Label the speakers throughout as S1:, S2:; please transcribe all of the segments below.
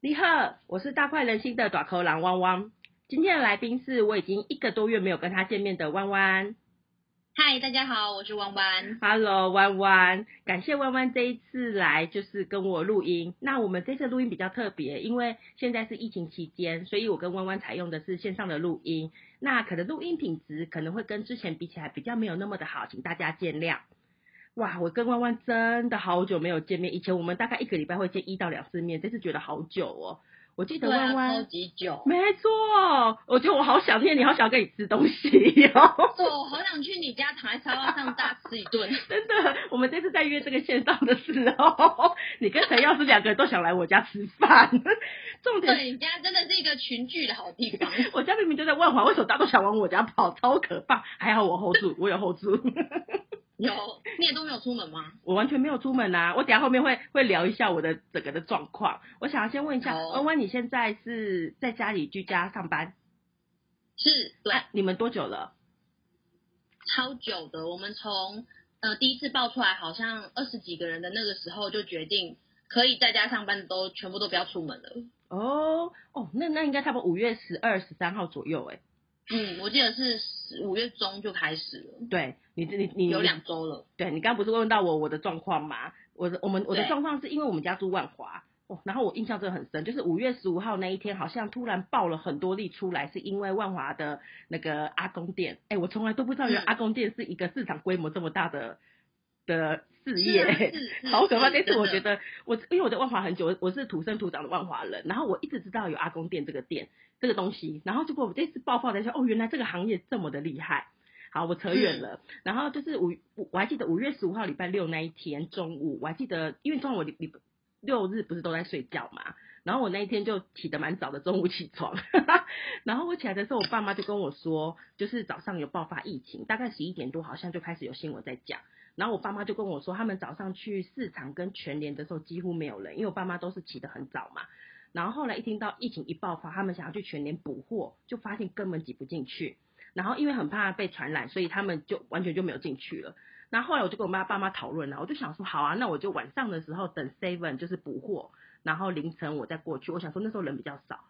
S1: 你好，我是大快人心的短口狼汪汪。今天的来宾是我已经一个多月没有跟他见面的弯弯。
S2: 嗨，大家好，我是弯弯。
S1: Hello，弯弯，感谢弯弯这一次来就是跟我录音。那我们这次录音比较特别，因为现在是疫情期间，所以我跟弯弯采用的是线上的录音。那可能录音品质可能会跟之前比起来比较没有那么的好，请大家见谅。哇，我跟弯弯真的好久没有见面，以前我们大概一个礼拜会见一到两次面，这次觉得好久哦。我记得
S2: 对啊，
S1: 弯弯
S2: 超级久。
S1: 没错，我觉得我好想念你，好想跟你吃东西哦。
S2: 对，我好想去你家躺在沙发上大吃一顿。
S1: 真的，我们这次在约这个线上的时候，你跟陈药师两个人都想来我家吃饭。 重点是
S2: 对，你家真的是一个群聚的好地 方。
S1: 我家明明就在万华，为什么大家都想往我家跑？超可怕！还好我 hold 住，我有 hold 住，
S2: 有，你也都没有出门吗？
S1: 我完全没有出门啊。我等一下后面会会聊一下我的整个的状况。我想要先问一下，
S2: 好
S1: 弯弯，你现在是在家里居家上班？
S2: 是，对，
S1: 啊你们多久了？
S2: 超久的。我们从呃第一次爆出来好像二十几个人的那个时候就决定。可以在家上班，都全部都不要出门了。
S1: 哦哦，那那应该差不多五月十二、十三号左右，哎。
S2: 嗯，我记得是十五月中就开始了，
S1: 对你，你你
S2: 有两周了。
S1: 对你刚不是问到我我的状况吗？我的我们我的
S2: 对
S1: 状况是因为我们家住万华。哦，然后我印象真的很深，就是五月十五号那一天，好像突然爆了很多例出来，是因为万华的那个阿公店。哎，我从来都不知道，原来
S2: 嗯
S1: 阿公店是一个市场规模这么大的的事
S2: 是啊
S1: 业，欸
S2: 是是
S1: 好可怕！
S2: 是
S1: 这次我觉
S2: 真的
S1: 得我因为我在万华很久，我是土生土长的万华人，然后我一直知道有阿公店这个店这个东西，然后结果我这次爆发才说，哦，原来这个行业这么的厉害。好，我扯远了。然后就是五，我我还记得五月十五号礼拜六那一天中午，我还记得，因为通常我礼礼六日不是都在睡觉嘛，然后我那一天就起得蛮早的，中午起床， 然后我起来的时候，我爸妈就跟我说，就是早上有爆发疫情，大概十一点多好像就开始有新闻在讲。然后我爸妈就跟我说，他们早上去市场跟全联的时候几乎没有人，因为我爸妈都是起得很早嘛。然后后来一听到疫情一爆发，他们想要去全联补货，就发现根本挤不进去。然后因为很怕被传染，所以他们就完全就没有进去了。然后后来我就跟我妈爸妈讨论了，我就想说，好啊，那我就晚上的时候等 seven 就是补货，然后凌晨我再过去。我想说那时候人比较少。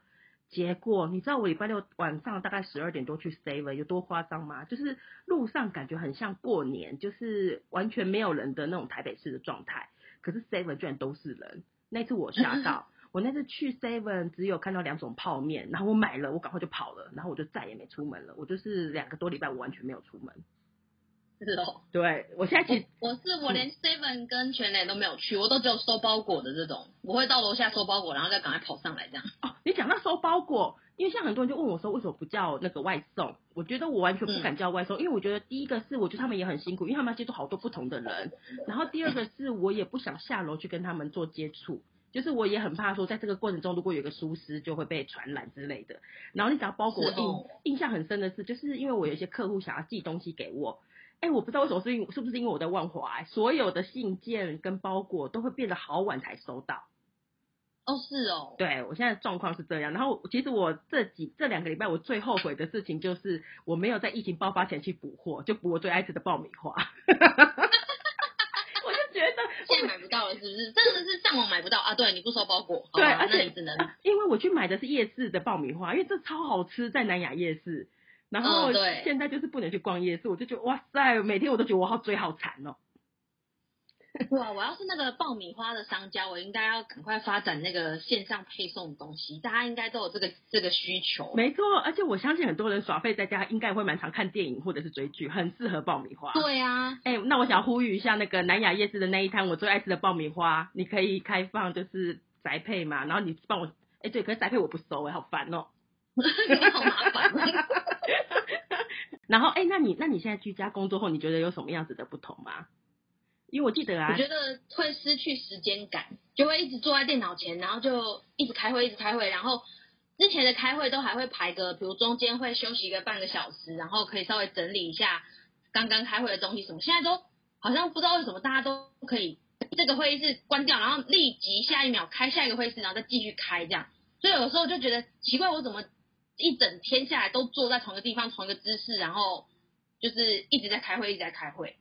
S1: 结果你知道我礼拜六晚上大概十二点多去 seven 有多夸张吗？就是路上感觉很像过年，就是完全没有人的那种台北市的状态。可是 seven 居然都是人，那次我吓到。我那次去 seven 只有看到两种泡面，然后我买了，我赶快就跑了，然后我就再也没出门了。我就是两个多礼拜我完全没有出门。
S2: 是哦，
S1: 对我现在其实
S2: 我我是我连 Seven 跟全联都没有去，我都只有收包裹的这种，我会到楼下收包裹，然后再赶快跑上来这样。
S1: 哦，你讲到收包裹，因为像很多人就问我说，为什么不叫那个外送？我觉得我完全不
S2: 嗯
S1: 敢叫外送，因为我觉得第一个是我觉得他们也很辛苦，因为他们要接触好多不同的人，然后第二个是我也不想下楼去跟他们做接触。就是我也很怕说，在这个过程中，如果有一个疏失，就会被传染之类的。然后你讲到包裹，我
S2: 是哦
S1: 印印象很深的是，就是因为我有一些客户想要寄东西给我，哎、我不知道为什么是因是不是因为我在万华、哎所有的信件跟包裹都会变得好晚才收到。
S2: 哦，是哦，
S1: 对我现在状况是这样，然后其实我这几这两个礼拜我最后悔的事情就是我没有在疫情爆发前去补货，就补我最爱吃的爆米花。 我就觉得，
S2: 现在买不到了，是不是？真的是上网买不到啊？对，你不收包裹，好
S1: 对
S2: 吧
S1: 而且
S2: 那你只 能
S1: 因为我去买的是夜市的爆米花，因为这超好吃，在南雅夜市。然后
S2: 嗯对
S1: 现在就是不能去逛夜市，我就觉得哇塞，每天我都觉得我好嘴好馋哦。
S2: 哇！我要是那个爆米花的商家，我应该要赶快发展那个线上配送的东西，大家应该都有这个这个需求。
S1: 没错，而且我相信很多人耍废在家应该也会蛮常看电影或者是追剧，很适合爆米花。
S2: 对 啊，
S1: 哎、那我想呼吁一下那个南雅夜市的那一摊我最爱吃的爆米花，你可以开放就是宅配嘛，然后你帮我，哎、对，可是宅配我不收、哎，好烦哦、
S2: 好麻烦。哦
S1: 然后哎、那你那你现在居家工作后，你觉得有什么样子的不同吗？因为我记得
S2: 我
S1: 啊，
S2: 觉得会失去时间感，就会一直坐在电脑前，然后就一直开会，一直开会，然后之前的开会都还会排个，比如中间会休息个半个小时，然后可以稍微整理一下刚刚开会的东西什么。现在都好像不知道为什么大家都可以这个会议室关掉，然后立即下一秒开下一个会议室，然后再继续开这样。所以有时候就觉得奇怪，我怎么一整天下来都坐在同一个地方、同一个姿势，然后就是一直在开会，一直在开会。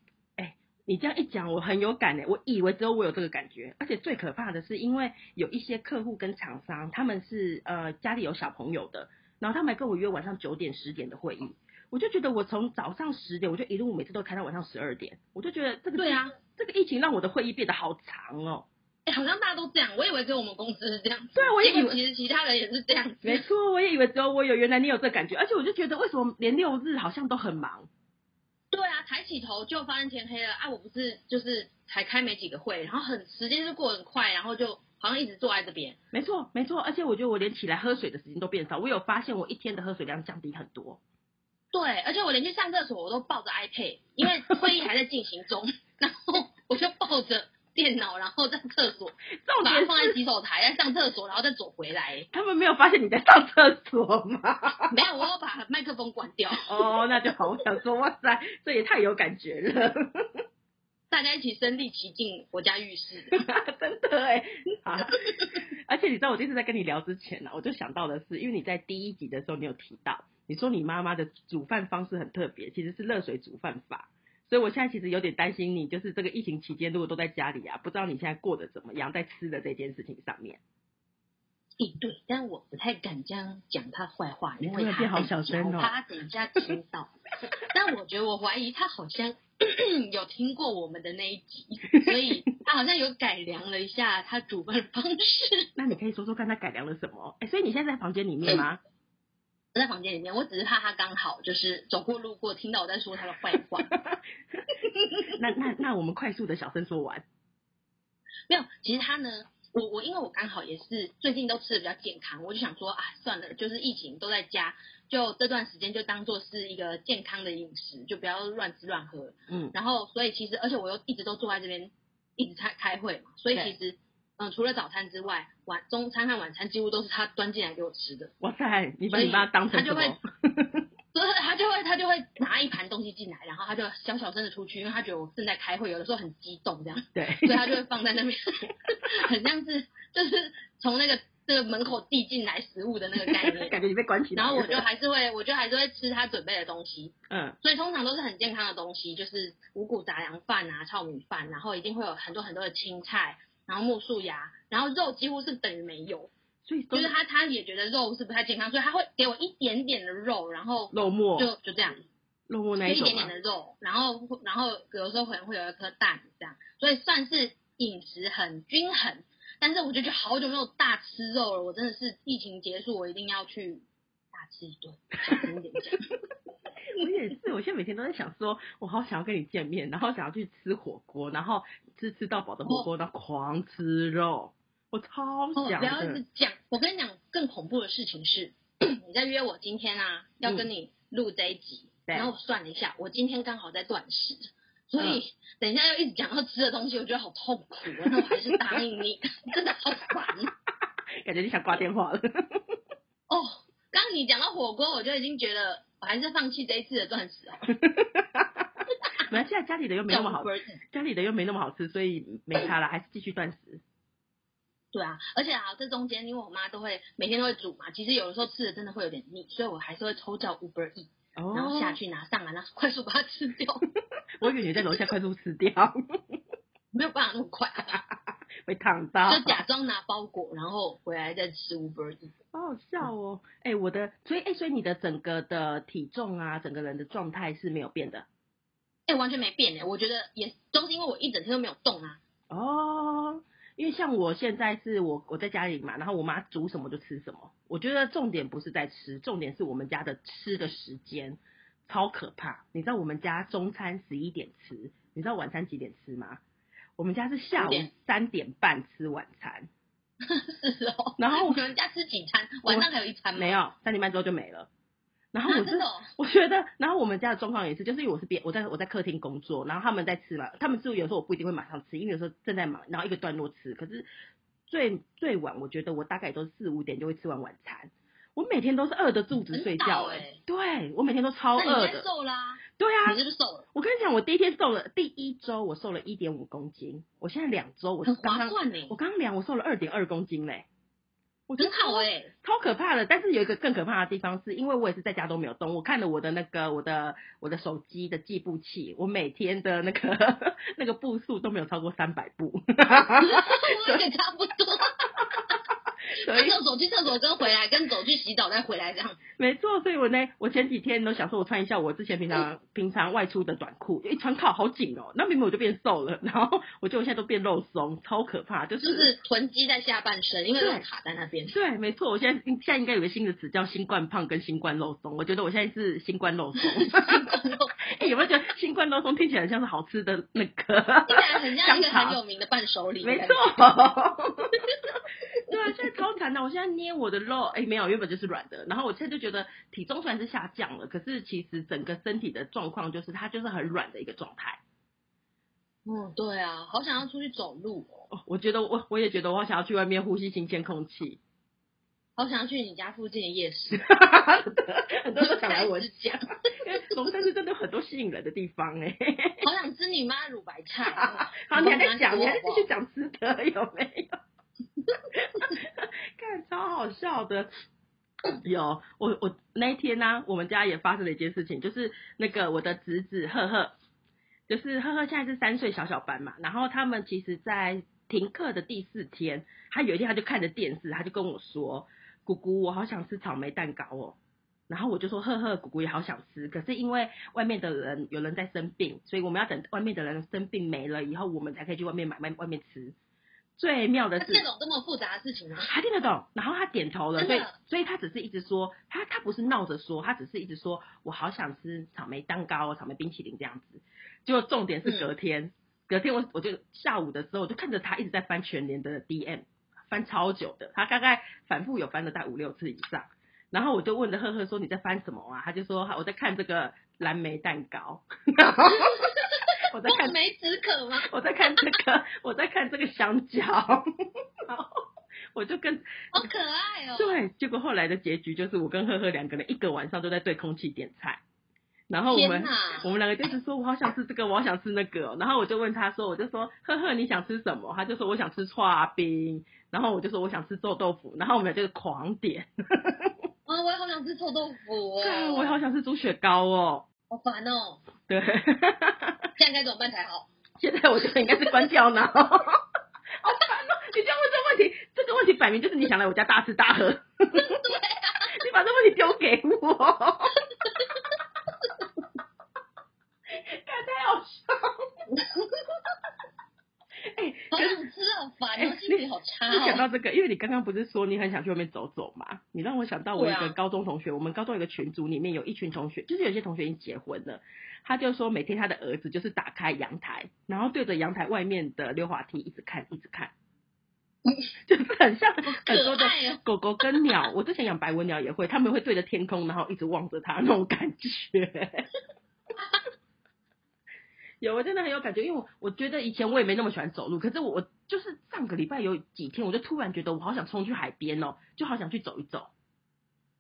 S1: 你这样一讲，我很有感欸诶，我以为只有我有这个感觉，而且最可怕的是，因为有一些客户跟厂商，他们是呃家里有小朋友的，然后他们还跟我约晚上九点、十点的会议，我就觉得我从早上十点，我就一路每次都开到晚上十二点，我就觉得这个
S2: 对啊，
S1: 这个疫情让我的会议变得好长哦。
S2: 哎好像大家都这样，我以为只有我们公司是这样，
S1: 对，我也
S2: 结
S1: 以
S2: 果
S1: 为
S2: 其实其他人也是这样子。
S1: 没错，我也以为只有我有，原来你有这感觉，而且我就觉得为什么连六日好像都很忙？
S2: 对啊，抬起头就发现天黑了啊！我不是就是才开没几个会，然后很时间就过得很快，然后就好像一直坐在这边。
S1: 没错，没错，而且我觉得我连起来喝水的时间都变少，我有发现我一天的喝水量降低很多。
S2: 对，而且我连去上厕所我都抱着 iPad，因为会议还在进行中， 然后我就抱着电脑，然后在厕所
S1: 重
S2: 把它
S1: 点
S2: 放在
S1: 是
S2: 洗手台，再上厕所，然后再走回来。
S1: 他们没有发现你在上厕所吗？
S2: 没有，我要把麦克风关掉，
S1: 哦，那就好。我想说，哇塞，这也太有感觉了，
S2: 大家一起身临其境我家浴室。
S1: 真的哎。好，而且你知道，我这次在跟你聊之前呢、啊我就想到的是，因为你在第一集的时候，你有提到，你说你妈妈的煮饭方式很特别，其实是热水煮饭法。所以我现在其实有点担心你，就是这个疫情期间，如果都在家里啊，不知道你现在过得怎么样，在吃的这件事情上面。
S2: 诶，对，但我不太敢这样讲他坏话，因为
S1: 突然
S2: 他
S1: 变好
S2: 很
S1: 小声
S2: 小
S1: 哦
S2: 怕他等一下听到。 但我觉得我怀疑他好像 有听过我们的那一集，所以他好像有改良了一下他煮饭的方式。
S1: 那你可以说说看他改良了什么？哎、所以你现在在房间里面吗？
S2: 我在房间里面，我只是怕他刚好就是走过路过听到我在说他的坏话。
S1: 那那那我们快速的小声说完。
S2: 没有，其实他呢，我我因为我刚好也是最近都吃的比较健康，我就想说啊，算了，就是疫情都在家，就这段时间就当做是一个健康的饮食，就不要乱吃乱喝。
S1: 嗯，
S2: 然后所以其实，而且我又一直都坐在这边，一直开开会嘛，所以
S1: 对
S2: 其实，嗯、除了早餐之外，晚中餐和晚餐几乎都是他端进来给我吃的，
S1: 哇塞，你把你妈当成什
S2: 所以
S1: 么？
S2: 所以他就会他就会拿一盘东西进来，然后他就小小声的出去，因为他觉得我正在开会，有的时候很激动这样，
S1: 对，
S2: 所以他就会放在那边，很像是就是从那个这个门口递进来食物的那个概 念。
S1: 感觉你被关起来
S2: 然
S1: 了。
S2: 后我就还是会，我就还是会吃他准备的东西，
S1: 嗯，
S2: 所以通常都是很健康的东西，就是五谷杂粮饭啊、糙米饭，然后一定会有很多很多的青菜，然后木薯芽，然后肉几乎是等于没有，
S1: 所以都
S2: 就是他他也觉得肉是不太健康，所以他会给我一点点的肉，然后
S1: 肉啊末，
S2: 就就这样，
S1: 肉末
S2: 就
S1: 那
S2: 一
S1: 一
S2: 点
S1: 种
S2: 点
S1: 吗？
S2: 的肉，然后然后有时候可能会有一颗蛋这样，所以算是饮食很均衡。但是我就觉得好久没有大吃肉了，我真的是疫情结束，我一定要去大吃一顿，小心一点讲。
S1: 我也是，我现在每天都在想说，我好想要跟你见面，然后想要去吃火锅，然后吃吃到饱的火锅，然后狂吃肉，我超
S2: 哦，
S1: 想
S2: 不要一
S1: 的。
S2: 直讲。我跟你讲，更恐怖的事情是， 你在约我今天啊，要跟你录这一集，
S1: 嗯对
S2: 然后我算了一下，我今天刚好在断食，所
S1: 嗯
S2: 以、 等一下要一直讲到吃的东西，我觉得好痛苦啊。那我还是答应你， 真的好烦
S1: 感觉你想挂电话了。
S2: 哦。刚刚你讲到火锅，我就已经觉得我还是放弃这一次的断食哦，
S1: 本来现在家里的又没那么好，
S2: 叫 Uber Eats
S1: 家里的又没那么好吃，所以没差了，还是继续断食。
S2: 对啊，而且啊，这中间因为我妈都会每天都会煮嘛，其实有的时候吃的真的会有点腻，所以我还是会抽叫 Uber E，
S1: 哦，
S2: 然后下去拿上来，然后快速把它吃掉。
S1: 我以为你在楼下快速吃掉，
S2: 没有办法那么快，啊
S1: 会烫到。
S2: 就假装拿包裹，然后回来再吃 Uber E。
S1: 好好笑哦！哎、我的，所以哎、所以你的整个的体重啊，整个人的状态是没有变的
S2: 哎、完全没变哎，我觉得也都是因为我一整天都没有动啊。
S1: 哦。因为像我现在是我我在家里嘛，然后我妈煮什么就吃什么。我觉得重点不是在吃，重点是我们家的吃的时间超可怕。你知道我们家中餐十一点吃，你知道晚餐几点吃吗？我们家是下
S2: 五
S1: 午
S2: 点
S1: 三点半吃晚餐，
S2: 是哦，
S1: 然后
S2: 你们家吃几餐？晚上还有一餐吗？
S1: 没有三点半之后就没了。然后
S2: 啊，
S1: 我就
S2: 真的、哦。
S1: 我觉得，然后我们家的状况也是，就是因为我是边我在我在客厅工作，然后他们在吃嘛，他们吃有时候我不一定会马上吃，因为有时候正在忙，然后一个段落吃，可是最最晚我觉得我大概都四五点就会吃完晚餐，我每天都是饿着肚子睡觉、
S2: 很早
S1: 欸，
S2: 欸
S1: 对我每天都超
S2: 那你
S1: 饿
S2: 应该
S1: 的，
S2: 瘦啦、
S1: 对
S2: 你
S1: 啊，
S2: 是不是瘦了？
S1: 我跟你讲，我第一天瘦了，第一周我瘦了一点五公斤，我现在两周我
S2: 很
S1: 刚
S2: 划
S1: 刚
S2: 算呢欸
S1: 我。刚量我瘦了二点二公斤嘞、我觉
S2: 很
S1: 得
S2: 好哎、
S1: 超可怕的。但是有一个更可怕的地方是，因为我也是在家都没有动，我看了我的那个我的我的手机的计步器，我每天的那个 那个步数都没有超过三百步，
S2: 我也差不多。
S1: 所以
S2: 走去厕所跟回来，跟走去洗澡再回来这样。
S1: 没错，所以我呢，我前几天都想说，我穿一下我之前平常、平常外出的短裤，一穿靠好紧哦，那明明我就变瘦了，然后我就现在都变肉松，超可怕，就。
S2: 就是是囤积在下半身，因为
S1: 对
S2: 都卡在那 边。
S1: 对，没错，我现在现在应该有个新的词叫新冠胖跟新冠肉松，我觉得我现在是新冠肉松。哎有没有觉得新冠肉松听起来像是好吃的那 个？
S2: 听起来很像一个
S1: 香肠
S2: 很有名的伴手礼。
S1: 没错，对啊，现在超惨的。我现在捏我的肉，哎、没有，原本就是软的。然后我现在就觉得体重虽然是下降了，可是其实整个身体的状况就是它就是很软的一个状态。
S2: 嗯，对啊，好想要出去走路哦，
S1: 哦我觉得我我也觉得我好想要去外面呼吸新鲜空气，
S2: 好想要去你家附近的夜市。
S1: 很多人都想来我
S2: 是这样，
S1: 因为龙山寺真的有很多吸引人的地方哎、
S2: 好想吃你妈的乳白 菜哦。
S1: 好，你还在
S2: 你
S1: 讲，
S2: 帮我拿
S1: 你还在
S2: 好不
S1: 继
S2: 好
S1: 续讲吃的有没有？ 看超好笑的。有我我那一天呢、我们家也发生了一件事情，就是那个我的侄子赫赫，就是赫赫现在是三岁小小班嘛，然后他们其实在停课的第四天，他有一天他就看着电视，他就跟我说：“姑姑，我好想吃草莓蛋糕哦。”然后我就说：“呵呵，姑姑也好想吃，可是因为外面的人有人在生病，所以我们要等外面的人生病没了以后，我们才可以去外面买外外面吃。”最妙的
S2: 那
S1: 是，
S2: 这种这么复杂的事情 吗？
S1: 他听得懂，然后他点头了，
S2: 真
S1: 所
S2: 的
S1: 以所以他只是一直说，他他不是闹着说，他只是一直说我好想吃草莓蛋糕哦、草莓冰淇淋这样子。结果重点是
S2: 嗯
S1: 隔天，隔天我我就下午的时候，我就看着他一直在翻全年的 DM，翻超久的，他大概反复有翻了大概五六次以上。然后我就问了赫赫说你在翻什么啊？他就说我在看这个蓝莓蛋 糕，然后我在看
S2: 望梅止渴吗？
S1: 我在看这个我在看这个香蕉， 然后我就跟
S2: 好可爱哦。
S1: 对，结果后来的结局就是我跟赫赫两个人一个晚上都在对空气点菜，然后我
S2: 天
S1: 们
S2: 哪！
S1: 我们两个就是说我好想吃这个，我好想吃那个哦、然后我就问他说，我就说赫赫你想吃什么？他就说我想吃串冰，然后我就说我想吃臭豆腐，然后我们俩就是狂点，
S2: 啊，我也好想吃臭豆腐
S1: 对，啊
S2: 哦。
S1: 我也好想吃猪血糕哦，
S2: 好烦哦，
S1: 对，
S2: 这样该怎么办才好？
S1: 现在我觉得应该是关掉 呢。好烦哦！你这样问这个问题，这个问题摆明就是你想来我家大吃大喝。对、你把这问题丢给我，看 太好笑了。哎、
S2: 好想吃，好烦
S1: 哎
S2: 哦，心情好差
S1: 你讲
S2: 哦。
S1: 到这个，因为你刚刚不是说你很想去外面走走嘛？你让我想到我一
S2: 对
S1: 个
S2: 啊
S1: 高中同学，我们高中有一个群组里面有一群同学，就是有些同学已经结婚了，他就说每天他的儿子就是打开阳台，然后对着阳台外面的溜滑梯一直看，一直看， 就是很像很多的
S2: 嗯可爱哦
S1: 狗狗跟鸟。我之前养白文鸟也会，他们会对着天空，然后一直望着它那种感觉。有，我真的很有感觉，因为我我觉得以前我也没那么喜欢走路，可是我我就是上个礼拜有几天，我就突然觉得我好想冲去海边哦，就好想去走一走。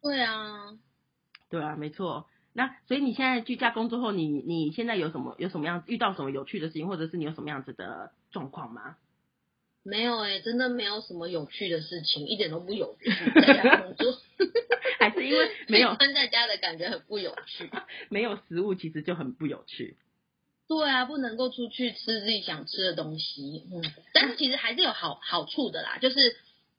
S2: 对啊，
S1: 对啊，没错。那所以你现在居家工作后，你你现在有什么有什么样遇到什么有趣的事情，或者是你有什么样子的状况吗？
S2: 没有哎、真的没有什么有趣的事情，一点都 不有趣。啊在家工作
S1: 还是因为没有
S2: 关在家的感觉很不有趣。
S1: 没有食物，其实就很不有趣。
S2: 对啊，不能够出去吃自己想吃的东西。嗯，但是其实还是有好好处的啦，就是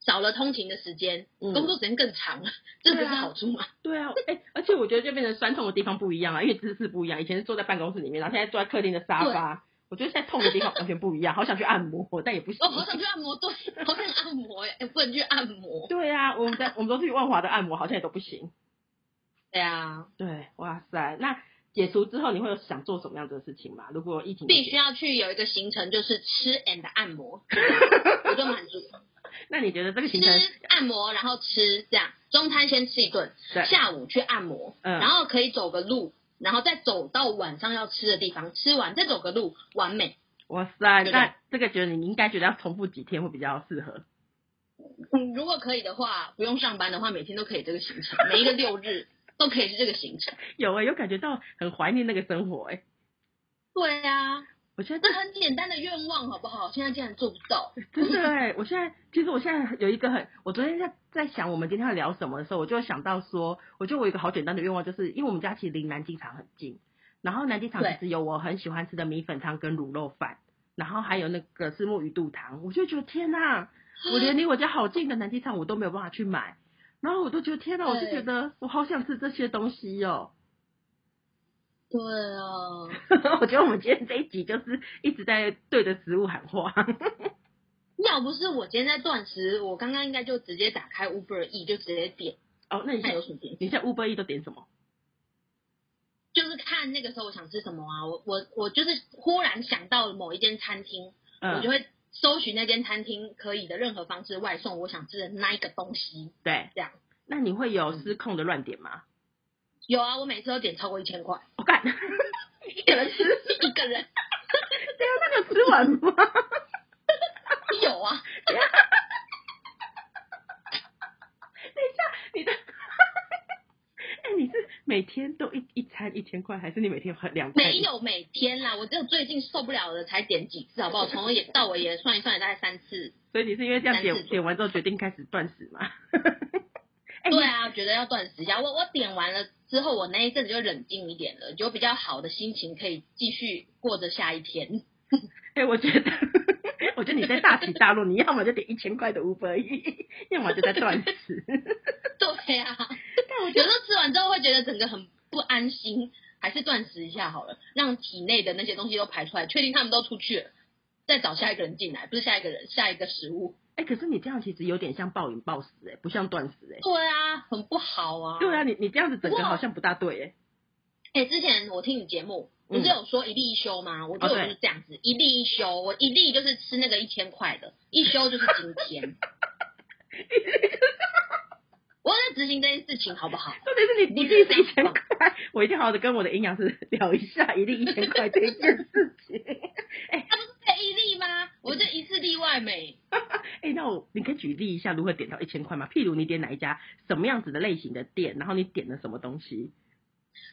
S2: 少了通勤的时间，
S1: 嗯
S2: 工作时间更长 了，这不
S1: 对
S2: 是
S1: 啊
S2: 好处吗？
S1: 对啊，哎、而且我觉得就变成酸痛的地方不一样啊，因为姿势不一样。以前是坐在办公室里面，然后现在坐在客厅的沙发。我觉得现在痛的地方完全不一样，好想去按摩，但也不行
S2: 哦，。好想去按摩，对， 好想按摩耶，哎不能去按 摩。
S1: 对啊，我们在我们都去万华的按摩，好像也都不行。
S2: 对啊，
S1: 对，哇塞，那解除之后你会有想做什么样子的事情吗？如果疫情
S2: 必须要去有一个行程，就是吃 and 按 摩，我就满足。
S1: 那你觉得这个行程
S2: 吃按摩，然后吃这样，中餐先吃一顿，
S1: 对
S2: 下午去按摩，
S1: 嗯
S2: 然后可以走个路，然后再走到晚上要吃的地方，吃完再走个路，完美。
S1: 哇塞，
S2: 对
S1: 那这个觉得你应该觉得要重复几天会比较适合。
S2: 嗯，如果可以的话，不用上班的话，每天都可以这个行程，每一个六日都
S1: 欸
S2: 可以是这个行程。
S1: 有哎、有感觉到很怀念那个生活哎、
S2: 对啊，
S1: 欸我现在
S2: 这很简单的愿望，好不好？现在竟然做不到，
S1: 真的哎、我现在其实我现在有一个很，我昨天在在想我们今天要聊什么的时候，我就想到说，我觉得我有一个好简单的愿望，就是因为我们家其实离南京厂很近，然后南京厂
S2: 对
S1: 其实有我很喜欢吃的米粉汤跟卤肉饭，然后还有那个石木鱼肚汤，我就觉得天呐、我连离我家好近的南京厂我都没有办法去买，然后我都觉得天呐、我就
S2: 对
S1: 觉得我好想吃这些东西哦。
S2: 对 啊，
S1: 我觉得我们今天这一集就是一直在对着食物喊话。
S2: 要不是我今天在断食，我刚刚应该就直接打开 Uber E 就直接点，
S1: 哦，那你
S2: 看
S1: 现
S2: 有
S1: 在
S2: 什么点，
S1: 你现在 Uber E 都点什么？
S2: 就是看那个时候我想吃什么啊。我我我就是忽然想到某一间餐厅，我就
S1: 嗯，
S2: 会搜寻那间餐厅可以的任何方式外送我想吃的那一个东西。
S1: 对，
S2: 这样。
S1: 那你会有失控的乱点吗？
S2: 有啊，我每次都点超过一千块，
S1: 我干， 啊
S2: 一个人吃 一个人
S1: 那个吃完 吗？
S2: 有啊，
S1: 你的，哎、你是每天都一一餐一千块，还是你每天很两餐？
S2: 没有每天啦，我只有最近受不了了才点几次，好 不好？从头也到尾也算一算，也大概三次。
S1: 所以你是因为这样
S2: 三
S1: 点
S2: 次
S1: 点完之后决定开始断食 吗？哎
S2: 对啊，觉得要断食一下。我我点完了之后，我那一阵子就冷静一点了，有比较好的心情可以继续过着下一天。
S1: 哎、我觉得， 我觉得你在大起大落，你要么就点一千块的 Uber E，要 么就在断食。
S2: 对啊，有时候吃完之后会觉得整个很不安心，还是断食一下好了，让体内的那些东西都排出来，确定他们都出去了，再找下一个人进来，不是下一个人，下一个食物。
S1: 哎、可是你这样其实有点像暴饮暴食哎、不像断食哎、
S2: 对啊，很不好啊。
S1: 对啊，你你这样子整个好像不大对哎、
S2: 哎、之前我听你节目，
S1: 嗯
S2: 不是有说一粒一休吗？我觉得我就是这样子，一粒一休，我一粒就是吃那个一千块的，一休就是今天。我有在执行这件事情，好不好？
S1: 重点是你一粒是一千块，我一定好好的跟我的营养师 聊一下一粒一千块这一件事 情。
S2: 他不是配一粒吗？我就一次例外美。
S1: 哎、那我你可以举例一下如何点到一千块吗？譬如你点哪一家什么样子的类型的店，然后你点了什么东西？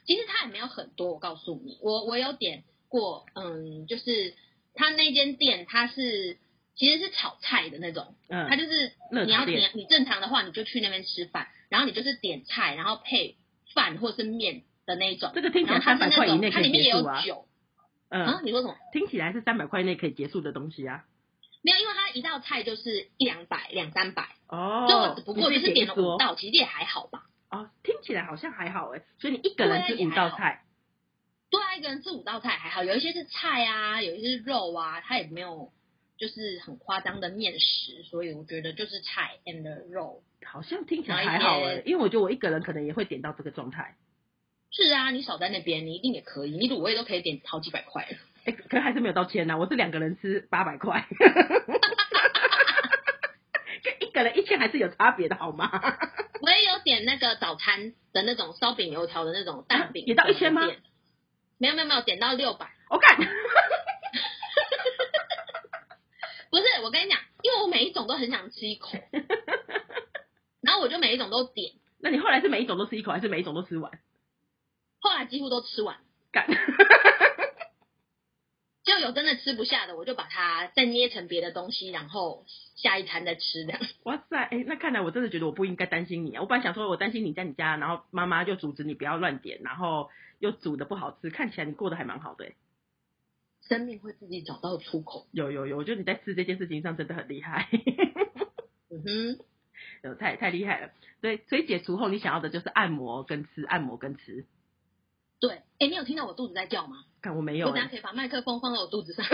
S2: 其实它也没有很多，我告诉你，我我有点过，嗯，就是他那间店，它是其实是炒菜的那种，它
S1: 嗯，
S2: 就是
S1: 热
S2: 你
S1: 炒
S2: 要你
S1: 店
S2: 你正常的话，你就去那边吃饭，然后你就是点菜，然后配饭或是面的那一种，
S1: 这个听起
S2: 然
S1: 来
S2: 后它
S1: 三
S2: 是
S1: 百块
S2: 那
S1: 以
S2: 种
S1: 内
S2: 它
S1: 可
S2: 里
S1: 以
S2: 面也
S1: 结
S2: 有
S1: 束啊。
S2: 酒啊
S1: 嗯，
S2: 你说什么？
S1: 听起来是三百块内可以结束的东西啊。
S2: 没有，因为它一道菜就是一两百、两三百，所以我
S1: 哦
S2: 只，不过就
S1: 你
S2: 是
S1: 点
S2: 点
S1: 一
S2: 了五
S1: 桌
S2: 道，其实也还好吧。
S1: 哦，听起来好像还好哎、所以你一个人吃
S2: 对也
S1: 五
S2: 还
S1: 道
S2: 好
S1: 菜，
S2: 对啊，一个人吃五道菜还好，有一些是菜啊，有一些是肉啊，它也没有就是很夸张的面食，所以我觉得就是菜 and 肉。
S1: 好像听起来
S2: 然后
S1: 还
S2: 一
S1: 好
S2: 些
S1: 哎、因为我觉得我一个人可能也会点到这个状态，
S2: 是啊，你少在那边，你一定也可以，你卤味都可以点好几百块了。
S1: 哎、可可还是没有到千呐、我是两个人吃八百块， 跟一个人一千还是有差别的好吗？
S2: 我也有点那个早餐的那种烧饼、油条的那种蛋饼，
S1: 啊也到1000吗？
S2: 没有没有没有，点到六百。
S1: 我看，
S2: 不是，我跟你讲，因为我每一种都很想吃一 口，然后我就每一种都点，
S1: 那你后来是每一种都吃一口，还是每一种都吃完？
S2: 后来几乎都吃完。
S1: 干，
S2: 就有真的吃不下的，我就把它再捏成别的东西，然后下一餐再吃 这样。
S1: 哇塞，哎、那看来我真的觉得我不应该担心你啊！我本来想说我担心你在你家，然后妈妈就阻止你不要乱点，然后又煮的不好吃，看起来你过得还蛮好的、哎
S2: 生命会自己找到出口。
S1: 有有有，我觉得你在吃这件事情上真的很厉害。
S2: 嗯哼，
S1: 有太太厉害了。所以所以解除后，你想要的就是按摩跟吃，按摩跟吃。
S2: 对。哎、你有听到我肚子在叫吗？
S1: 看我没有
S2: 我等
S1: 欸、
S2: 下可以把麦克风放到我肚 子上。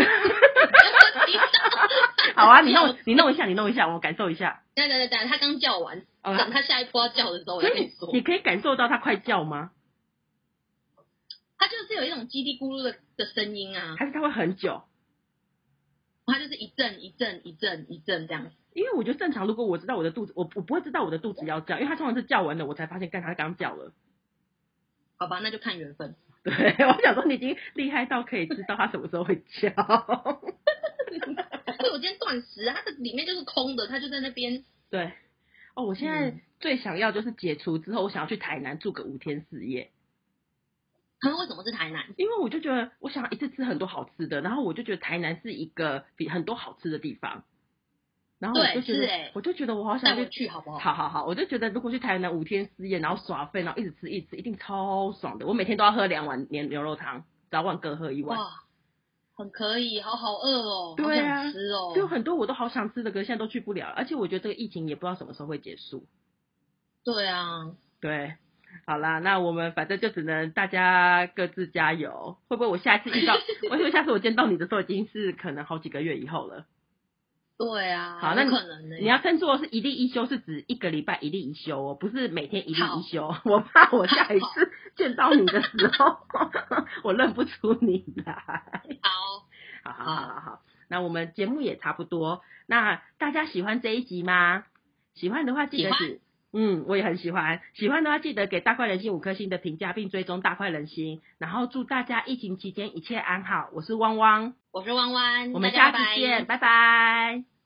S1: 好啊，你弄你弄一下，你弄一下，我感受一下。
S2: 等等等等，他刚叫完，
S1: 好
S2: 等
S1: 吧，
S2: 他下一波要叫的时候，我
S1: 所
S2: 再跟
S1: 以
S2: 你说
S1: 你。可以感受到它快叫吗？
S2: 他就是有一种叽里咕噜的的声音啊，
S1: 还是它会很久？
S2: 他就是一阵一阵一阵一阵这样。
S1: 因为我觉得正常，如果我知道我的肚子，我我不会知道我的肚子要叫，因为它通常是叫完了，我才发现，干它刚叫了。
S2: 好吧，那就看缘分。
S1: 对，我想说你已经厉害到可以知道它什么时候会叫。
S2: 所以我今天断食啊，它的里面就是空的，它就在那边。
S1: 对，哦，我现在
S2: 嗯
S1: 最想要就是解除之后，我想要去台南住个五天四夜。
S2: 他们为什么是台南？
S1: 因为我就觉得我想要一次吃很多好吃的，然后我就觉得台南是一个比很多好吃的地方，然后我
S2: 对
S1: 就觉得、
S2: 是欸
S1: 我就觉得我好
S2: 带
S1: 想
S2: 我
S1: 去
S2: 去好不好？
S1: 哦好好好，我就觉得如果去台南五天四夜，然后耍废，然后一直吃一直吃，一定超爽的。我每天都要喝两碗牛牛肉汤，早晚各喝一碗。
S2: 哇，很可以，好好饿哦，好
S1: 对啊
S2: 想吃哦。
S1: 就很多我都好想吃的，可是现在都去不了了。而且我觉得这个疫情也不知道什么时候会结束。
S2: 对啊，
S1: 对，好啦，那我们反正就只能大家各自加油。会不会我下次遇到， 我以为下次我见到你的时候已经是可能好几个月以后了。
S2: 对啊，
S1: 好那
S2: 有
S1: 你
S2: 可能呢、
S1: 你要称作是一例一休，是指一个礼拜一例一休哦，不是每天一例
S2: 好
S1: 一休。哦 我怕我下一次见到你的时候， 我认不出你来。
S2: 好，
S1: 好好好好好，那我们节目也差不多。哦那大家喜欢这一集吗？喜欢的话记得
S2: 喜
S1: 给，嗯，我也很喜欢。喜欢的话记得给大快人心五颗星的评价，并追踪大快人心。然后祝大家疫情期间一切安好。我是汪汪，
S2: 我是弯弯，
S1: 我们
S2: 嗯大家
S1: 下次
S2: 拜
S1: 见，拜拜